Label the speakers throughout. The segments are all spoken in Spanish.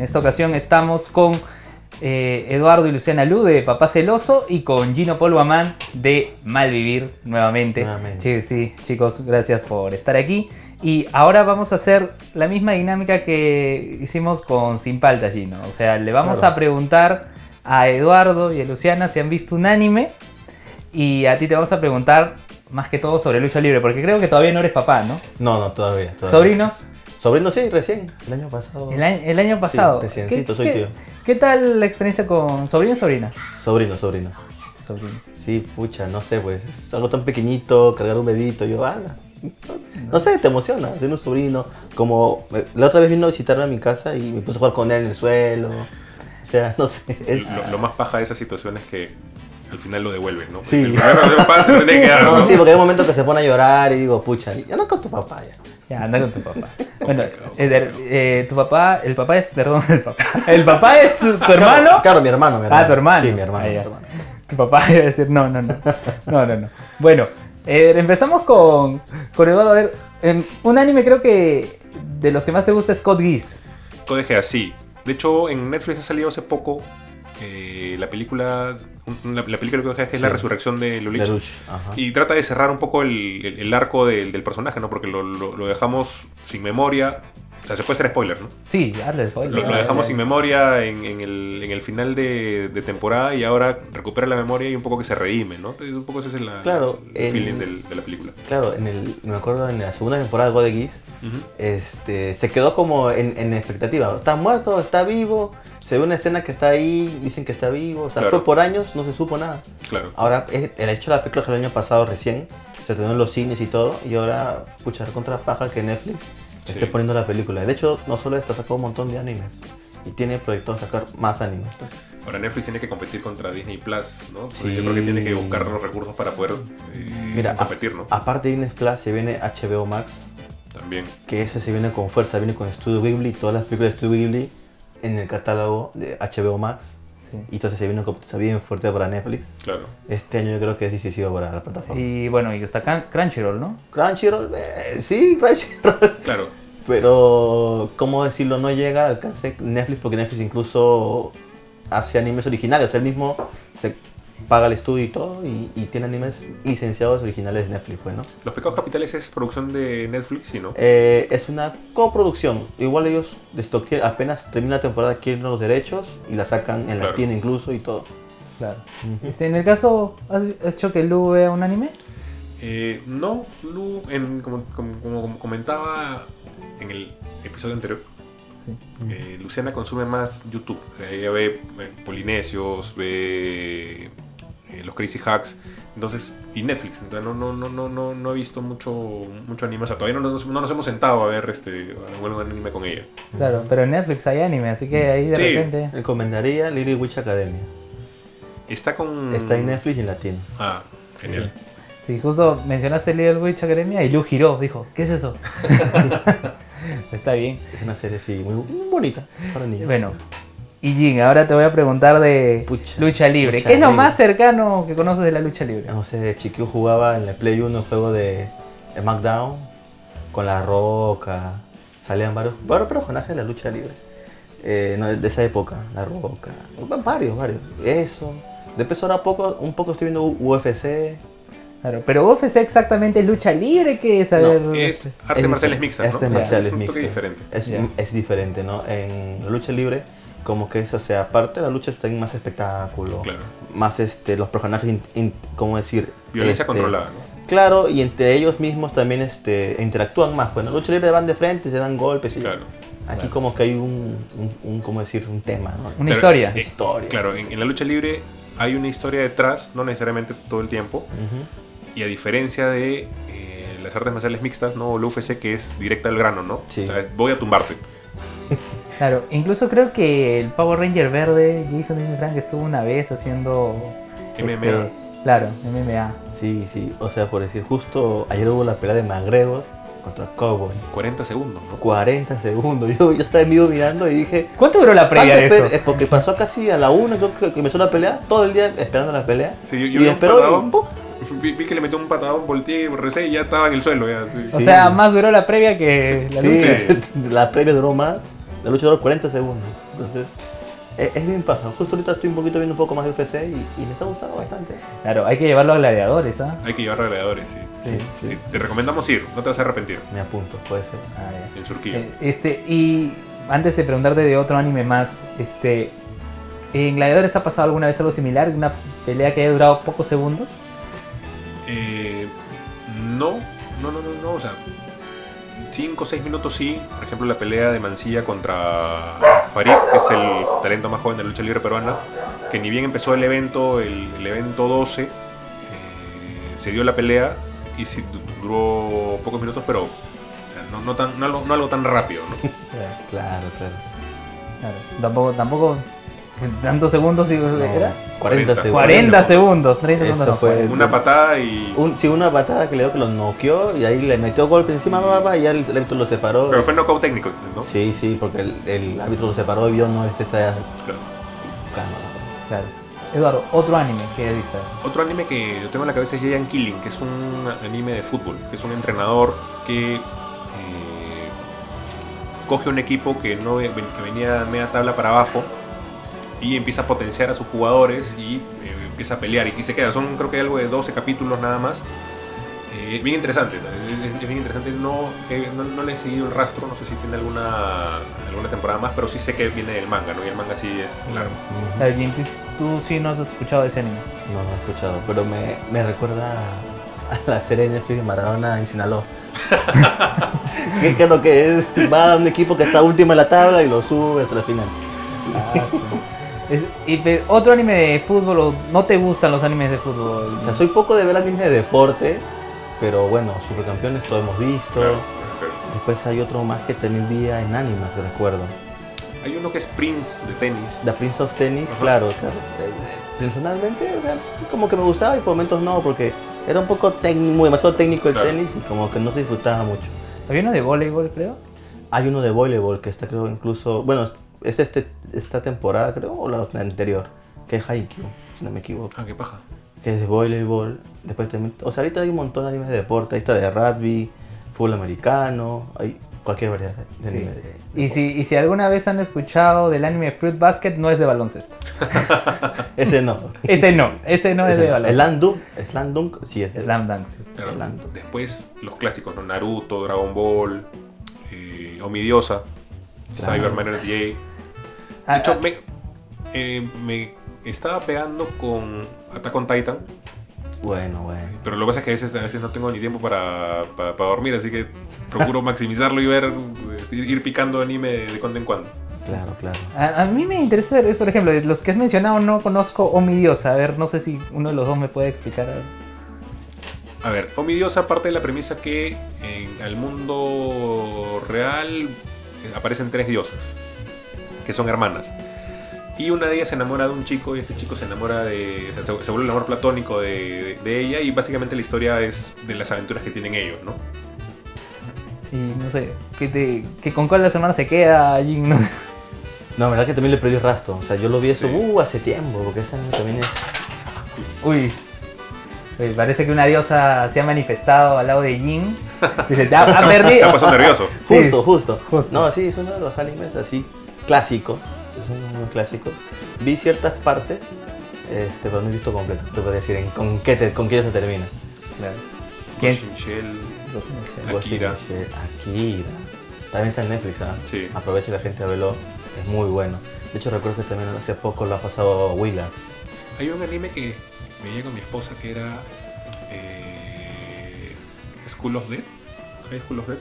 Speaker 1: esta ocasión estamos con eh, Eduardo y Luciana Lu de Papá Celoso y con Gino Polvamán de Malvivir nuevamente.
Speaker 2: Nuevamente.
Speaker 1: Sí, sí, chicos, gracias por estar aquí. Y ahora vamos a hacer la misma dinámica que hicimos con Sin Palta, Gino. O sea, le vamos
Speaker 2: Claro.
Speaker 1: a preguntar a Eduardo y a Luciana si han visto un anime y a ti te vamos a preguntar más que todo sobre lucha libre, porque creo que todavía no eres papá, ¿no?
Speaker 2: No, no, todavía. todavía.
Speaker 1: Sobrinos.
Speaker 2: Sobrino, sí, recién. El año pasado.
Speaker 1: El año, el año pasado.
Speaker 2: reciencito, soy tío.
Speaker 1: ¿Qué tal la experiencia con sobrino o sobrina?
Speaker 2: Sobrino, sobrino.
Speaker 1: Sobrino.
Speaker 2: Sí, pucha, no sé, pues. Es algo tan pequeñito, cargar un bebito. Yo, ala. No sé, te emociona. Tener un sobrino. Como eh, la otra vez vino a visitarme a mi casa y me puso a jugar con él en el suelo. O sea, no sé. es-
Speaker 3: Lo, lo más paja de esa situación es que al final lo devuelves, ¿no?
Speaker 2: Sí.
Speaker 3: El problema de padre tiene que dar,
Speaker 2: No,
Speaker 3: ¿no?
Speaker 2: sí, porque hay un momento que se pone a llorar y digo, pucha, ya no con tu papá ya.
Speaker 1: Ya, anda con tu papá. Bueno, es de- eh, tu papá, el papá es, perdón, el papá. El papá es tu tu hermano.
Speaker 2: Claro, mi hermano, mi hermano.
Speaker 1: Ah, tu hermano.
Speaker 2: Sí, mi hermano.
Speaker 1: Ah,
Speaker 2: mi
Speaker 1: ya.
Speaker 2: hermano.
Speaker 1: Tu papá iba a decir, no, no, no. No, no, no. Bueno, eh, empezamos con, con Eduardo. A ver, em, un anime creo que de los que más te gusta es Code Geass.
Speaker 3: Code Geass, "Ah, sí. De hecho, en Netflix ha salido hace poco eh, la película. un- La, la película de Code Geass que es La
Speaker 2: Sí.
Speaker 3: Resurrección de Lelouch.
Speaker 2: Lelouch, ajá.
Speaker 3: Y trata de cerrar un poco el, el- el arco del, del personaje, ¿no? Porque lo, lo- lo dejamos sin memoria. O sea, se puede ser spoiler, ¿no?
Speaker 1: Sí, hazle spoiler.
Speaker 3: Lo, lo dejamos sin memoria en, en el, en el final de, de temporada y ahora recupera la memoria y un poco que se redime, ¿no? Entonces, un poco ese es la-
Speaker 2: Claro,
Speaker 3: el
Speaker 2: en-
Speaker 3: feeling del- de la película.
Speaker 2: Claro, en el, me acuerdo en la segunda temporada de Code Geass, este, se quedó como en, en expectativa. Está muerto, está vivo. Se ve una escena que está ahí, dicen que está vivo. O sea,
Speaker 3: Claro.
Speaker 2: fue por años, no se supo nada.
Speaker 3: Claro.
Speaker 2: Ahora, es- el hecho de la película que el año pasado recién, se estrenó en los cines y todo, y ahora, escuchar contra paja que Netflix
Speaker 3: Sí.
Speaker 2: esté poniendo la película. De hecho, no solo esto, sacó un montón de animes. Y tiene proyectado sacar más animes.
Speaker 3: Ahora Netflix tiene que competir contra Disney Plus, ¿no? Entonces,
Speaker 2: Sí.
Speaker 3: Yo creo que tiene que buscar los recursos para poder eh,
Speaker 2: Mira, ah,
Speaker 3: competir, ¿no?
Speaker 2: a- aparte de Disney Plus, se viene HBO Max,
Speaker 3: También.
Speaker 2: que ese se viene con fuerza, viene con Studio Ghibli, todas las películas de Studio Ghibli en el catálogo de HBO Max.
Speaker 1: Sí.
Speaker 2: Y entonces se viene una competencia bien fuerte para Netflix.
Speaker 3: Claro.
Speaker 2: Este año yo creo que es decisivo para la plataforma.
Speaker 1: Y bueno, y está Cran- Crunchyroll, ¿no?
Speaker 2: Crunchyroll, eh, sí, Crunchyroll.
Speaker 3: Claro.
Speaker 2: Pero, ¿cómo decirlo? No llega al alcance Netflix porque Netflix incluso hace animes originales. O sea, él mismo se paga el estudio y todo y, y tiene animes licenciados originales de Netflix, pues, ¿no?
Speaker 3: Los Pecados Capitales es producción de Netflix, ¿sí, no?
Speaker 2: Eh, es una coproducción. Igual ellos esto, adquieren- apenas termina la temporada adquieren los derechos y la sacan en la
Speaker 3: Claro.
Speaker 2: tienda incluso y todo.
Speaker 1: Claro. Este, en el caso, ¿has has hecho que Lu vea un anime?
Speaker 3: Eh, no, Lu, en- como, como- como comentaba en el episodio anterior,
Speaker 1: Sí.
Speaker 3: Eh, Luciana consume más YouTube. O sea, ella ve eh, Polinesios, ve eh, los Crazy Hacks, entonces y Netflix. Entonces no, no, no, no, no, no he visto mucho, mucho anime. O sea, todavía no nos, no nos hemos sentado a ver este algún anime con ella.
Speaker 1: Claro, pero en Netflix hay anime, así que ahí de
Speaker 3: Sí.
Speaker 1: repente.
Speaker 2: Recomendaría Little Witch Academia.
Speaker 3: Está con.
Speaker 2: Está en Netflix y en la tienda.
Speaker 3: Ah, genial.
Speaker 1: Sí, justo mencionaste Little Witch Academia y Lu giró, dijo, ¿qué es eso? Está bien.
Speaker 2: Es una serie así muy, muy bonita para niños.
Speaker 1: Bueno, y Jin, ahora te voy a preguntar de
Speaker 2: Pucha,
Speaker 1: lucha libre.
Speaker 2: lucha
Speaker 1: ¿Qué es lo
Speaker 2: libre.
Speaker 1: más cercano que conoces de la lucha libre?
Speaker 2: No sé, de chiquillo jugaba en la Play 1 el juego de SmackDown con la roca. Salían varios, varios personajes de la lucha libre. Eh, no, de esa época, la roca. Va- Varios, varios. Eso. Después ahora poco, un poco estoy viendo U- UFC.
Speaker 1: Claro, pero UFC exactamente es lucha libre, ¿qué es? A
Speaker 2: No,
Speaker 1: ver,
Speaker 3: Es
Speaker 1: este,
Speaker 3: artes
Speaker 2: Es diferente.
Speaker 3: marciales mixtas, ¿no? Ah,
Speaker 2: Artes marciales
Speaker 3: es un toque
Speaker 2: mixtas.
Speaker 3: diferente.
Speaker 2: Es,
Speaker 1: Ya.
Speaker 2: es diferente, ¿no? En la lucha libre, como que eso, o sea, aparte de la lucha está en más espectáculo.
Speaker 3: Claro.
Speaker 2: Más este, los personajes, in- in- ¿cómo decir?
Speaker 3: Violencia
Speaker 2: Este,
Speaker 3: controlada, ¿no?
Speaker 2: Claro, y entre ellos mismos también este, interactúan más. Bueno, lucha libre van de frente, se dan golpes. Y
Speaker 3: Claro.
Speaker 2: Aquí como que hay un, un, un, ¿cómo decir? Un tema, ¿no?
Speaker 1: una
Speaker 3: Claro,
Speaker 1: historia.
Speaker 3: eh,
Speaker 2: Historia.
Speaker 3: Claro, en, en la lucha libre hay una historia detrás, no necesariamente todo el tiempo.
Speaker 2: Ujú.
Speaker 3: Y a diferencia de eh, las artes marciales mixtas, ¿no? O la UFC que es directa al grano, ¿no?
Speaker 2: Sí.
Speaker 3: O sea, voy a tumbarte.
Speaker 1: Claro, incluso creo que el Power Ranger verde, Jason Frank, estuvo una vez haciendo... este,
Speaker 2: Ah.
Speaker 3: MMA.
Speaker 1: claro, MMA.
Speaker 2: Sí, sí. O sea, por decir, justo ayer hubo la pelea de McGregor contra Cowboy.
Speaker 3: 40 segundos, ¿no?
Speaker 2: 40 segundos. Yo, yo estaba en vivo mirando y dije...
Speaker 1: ¿Cuánto duró la previa de
Speaker 2: "¿Cuánto esper-
Speaker 1: eso?
Speaker 2: eh, Porque pasó casi a la 1, creo que que empezó la pelea. Todo el día esperando la pelea.
Speaker 3: Sí, yo, yo
Speaker 2: y
Speaker 3: vi un
Speaker 2: esperó y
Speaker 3: patadón.
Speaker 2: ¡pum!
Speaker 3: Vi, vi que le metió un patadón, volteé y recé y ya estaba en el suelo. Ya, sí.
Speaker 1: O
Speaker 2: Sí.
Speaker 1: sea, más duró la previa que la
Speaker 2: Sí,
Speaker 1: lucha.
Speaker 3: lucha.
Speaker 2: la previa duró más. La lucha duró 40 segundos. Entonces, e, es, es bien paja. Justo ahorita estoy un poquito viendo un poco más de UFC y, y me está gustando bastante.
Speaker 1: Claro, hay que llevarlo a gladiadores, ¿ah?
Speaker 3: Hay que llevar radiadores, sí.
Speaker 1: Sí.
Speaker 3: Sí, Te recomendamos ir, no te vas a arrepentir.
Speaker 2: Me apunto, puede ser.
Speaker 1: Ah, ya.
Speaker 3: En Surquillo.
Speaker 1: Eh, Este, y antes de preguntarte de otro anime más, este. ¿En Gladiadores ha pasado alguna vez algo similar? ¿Una pelea que haya durado pocos segundos?
Speaker 3: Eh, no, no, no, no, no, o sea, 5 o 6 minutos sí. Por ejemplo, la pelea de Mancilla contra Farid, que es el talento más joven de la lucha libre peruana, que ni bien empezó el evento, el, el evento 12, eh, se dio la pelea y sí, du- duró pocos minutos, pero o sea, no, no, tan, no, algo, no algo tan rápido, ¿no?
Speaker 2: Claro, claro.
Speaker 1: Claro, tampoco, tampoco. Tantos segundos, digo, ¿era?
Speaker 2: 40
Speaker 3: 40
Speaker 2: segundos.
Speaker 1: 40 segundos, 30
Speaker 2: Eso
Speaker 1: segundos. no,
Speaker 2: fue
Speaker 1: 40.
Speaker 3: Una patada y...
Speaker 2: Un, sí, una patada que le dio que lo noqueó y ahí le metió golpe encima va, va, y ya el árbitro lo separó.
Speaker 3: Pero fue nocaut técnico, ¿no?
Speaker 2: Sí, sí, porque el, el árbitro lo separó y vio no este está
Speaker 3: Claro.
Speaker 2: cámara.
Speaker 1: Claro. Eduardo, otro anime que he visto.
Speaker 3: Otro anime que yo tengo en la cabeza es Giant Killing, que es un anime de fútbol, que es un entrenador que eh, coge un equipo que no ve- que venía media tabla para abajo y empieza a potenciar a sus jugadores y eh, empieza a pelear y se queda. Son creo que algo de 12 capítulos nada más. Eh, bien interesante, ¿no? es, es- es bien interesante. No, eh, no, no le he seguido el rastro, no sé si tiene alguna, alguna temporada más, pero sí sé que viene del manga, ¿no? Y el manga sí es largo.
Speaker 2: Ujú.
Speaker 1: Claro, Jim, tú, tú sí no has escuchado de ese anime.
Speaker 2: No lo he escuchado, pero me, me recuerda a, a la serie de Netflix de Maradona en Sinaloa. que, que lo que es, va a un equipo que está último en la tabla y lo sube hasta el final. Ah,
Speaker 1: Es- y, pe- otro anime de fútbol, o no te gustan los animes de fútbol.
Speaker 2: O sea, soy poco de ver anime de deporte, pero bueno, supercampeones todo hemos visto.
Speaker 3: Claro, claro.
Speaker 2: Después hay otro más que también vi en Anima, te recuerdo.
Speaker 3: Hay uno que es Prince de tenis.
Speaker 2: The Prince of Tennis,
Speaker 3: Ajá.
Speaker 2: claro, claro. Eh, Personalmente, o sea, como que me gustaba y por momentos no, porque era un poco técnico, muy demasiado técnico el
Speaker 3: Claro.
Speaker 2: tenis y como que no se disfrutaba mucho.
Speaker 1: Había uno de voleibol, creo.
Speaker 2: Hay uno de voleibol que está creo incluso, bueno, es este, esta temporada creo o la anterior, que es Haikyuu, si no me equivoco,
Speaker 3: Ah, qué paja.
Speaker 2: que es de voleibol. Después también, o sea, ahorita hay un montón de animes de deporte, ahí está de rugby, fútbol americano, hay cualquier variedad de
Speaker 1: Sí.
Speaker 2: anime de- de
Speaker 1: Y si, y si alguna vez han escuchado del anime Fruit Basket, no es de baloncesto.
Speaker 2: deporte. Ese no.
Speaker 1: Ese no, ese no es
Speaker 2: Ese
Speaker 1: de
Speaker 2: no. El
Speaker 1: baloncesto.
Speaker 2: Slam Dunk, Slam Dunk sí es de-
Speaker 1: Slam Dunk, sí.
Speaker 3: Claro.
Speaker 2: Adelante.
Speaker 3: Después los clásicos, ¿no? Naruto, Dragon Ball, eh, Omidiosa,
Speaker 2: Claro.
Speaker 3: Cyberman RTA. De
Speaker 1: Ah,
Speaker 3: hecho,
Speaker 1: ah,
Speaker 3: me, eh, me estaba pegando con Attack on Titan,
Speaker 2: Bueno, bueno.
Speaker 3: pero lo que pasa es que a veces, a veces no tengo ni tiempo para, para- para dormir, así que procuro maximizarlo y ver, eh, ir ir picando anime de, de cuando en cuando.
Speaker 2: Claro, claro.
Speaker 1: a, a mí me interesa, es, por ejemplo, de los que has mencionado no conozco o mi Dios. A ver, no sé si uno de los dos me puede explicar. a ver.
Speaker 3: A ver, Omidiosa parte de la premisa que en el mundo real eh, aparecen tres diosas, que son hermanas. Y una de ellas se enamora de un chico y este chico se enamora de... o sea, se, se vuelve el amor platónico de, de- de ella y básicamente la historia es de las aventuras que tienen ellos, ¿no?
Speaker 1: Y no sé, que, te, que con cuál de la semana se queda, Jin, no sé.
Speaker 2: No, la verdad que también le perdí el rastro. O sea, yo lo vi eso
Speaker 3: Sí.
Speaker 2: uh, hace tiempo, porque ese anime también es.
Speaker 1: Uy. Uy, parece que una diosa se ha manifestado al lado de Jin. Dice, "Ya, ha perdido".
Speaker 3: Se ha puesto nervioso.
Speaker 1: Sí.
Speaker 2: Justo, justo,
Speaker 1: Justo.
Speaker 2: No, sí, es uno de los animes así clásicos. Es uno de los clásicos. Vi ciertas partes, este, pero no he visto completo. Te podría decir en, con, qué te- con qué ya se termina.
Speaker 1: Claro. ¿Quién?
Speaker 3: Goshin Shell.
Speaker 1: Los iniciales.
Speaker 2: Ghost in
Speaker 3: Akira.
Speaker 2: the Shell, Akira. También está en Netflix, ¿ah?
Speaker 3: Sí.
Speaker 2: Aprovecha la gente a verlo. Es muy bueno. De hecho, recuerdo que también hace poco lo ha pasado Willax.
Speaker 3: Hay un anime que veía con mi esposa que era... Eh, School of Dead. High School of Dead.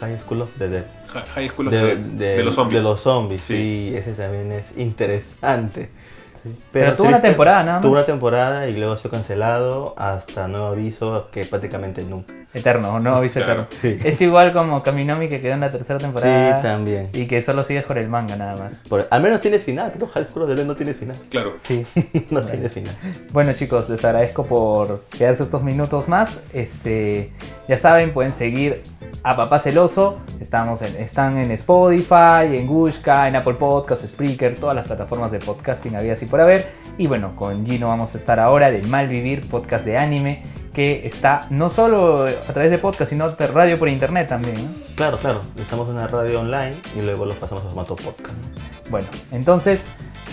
Speaker 2: High School of the Dead.
Speaker 3: Hi- High School of Dead. de los zombies.
Speaker 2: De los zombies,
Speaker 3: Sí.
Speaker 2: sí. ese también es interesante.
Speaker 1: Sí. Pero, tuvo una
Speaker 2: triste-
Speaker 1: temporada nada más.
Speaker 2: Tuvo una temporada y luego ha sido cancelado hasta nuevo aviso, que prácticamente nunca.
Speaker 1: Eterno, no aviso
Speaker 3: Claro.
Speaker 1: eterno.
Speaker 2: Sí,
Speaker 1: Es igual como Kaminomi que quedó en la tercera temporada.
Speaker 2: también.
Speaker 1: Y que solo sigues por el manga nada más.
Speaker 2: Por- al menos tiene final, creo que High de Dead no tiene final.
Speaker 3: Claro.
Speaker 1: Sí.
Speaker 2: No tiene final.
Speaker 1: Bueno chicos, les agradezco por quedarse estos minutos más. Este, ya saben, pueden seguir a Papá Celoso. Estamos en, están en Spotify, en Gushka, en Apple Podcast, Spreaker, todas las plataformas de podcasting había así por haber. Y bueno, con Gino vamos a estar ahora de Malvivir, podcast de anime, que está no solo a través de podcast, sino de radio por internet también. ¿no?
Speaker 2: Claro, claro. Estamos en una radio online y luego los pasamos a formato podcast. ¿no?
Speaker 1: Bueno, entonces,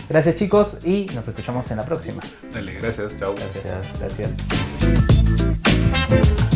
Speaker 1: gracias chicos y nos escuchamos en la próxima.
Speaker 3: Dale, gracias, chao.
Speaker 2: Gracias.
Speaker 1: Gracias.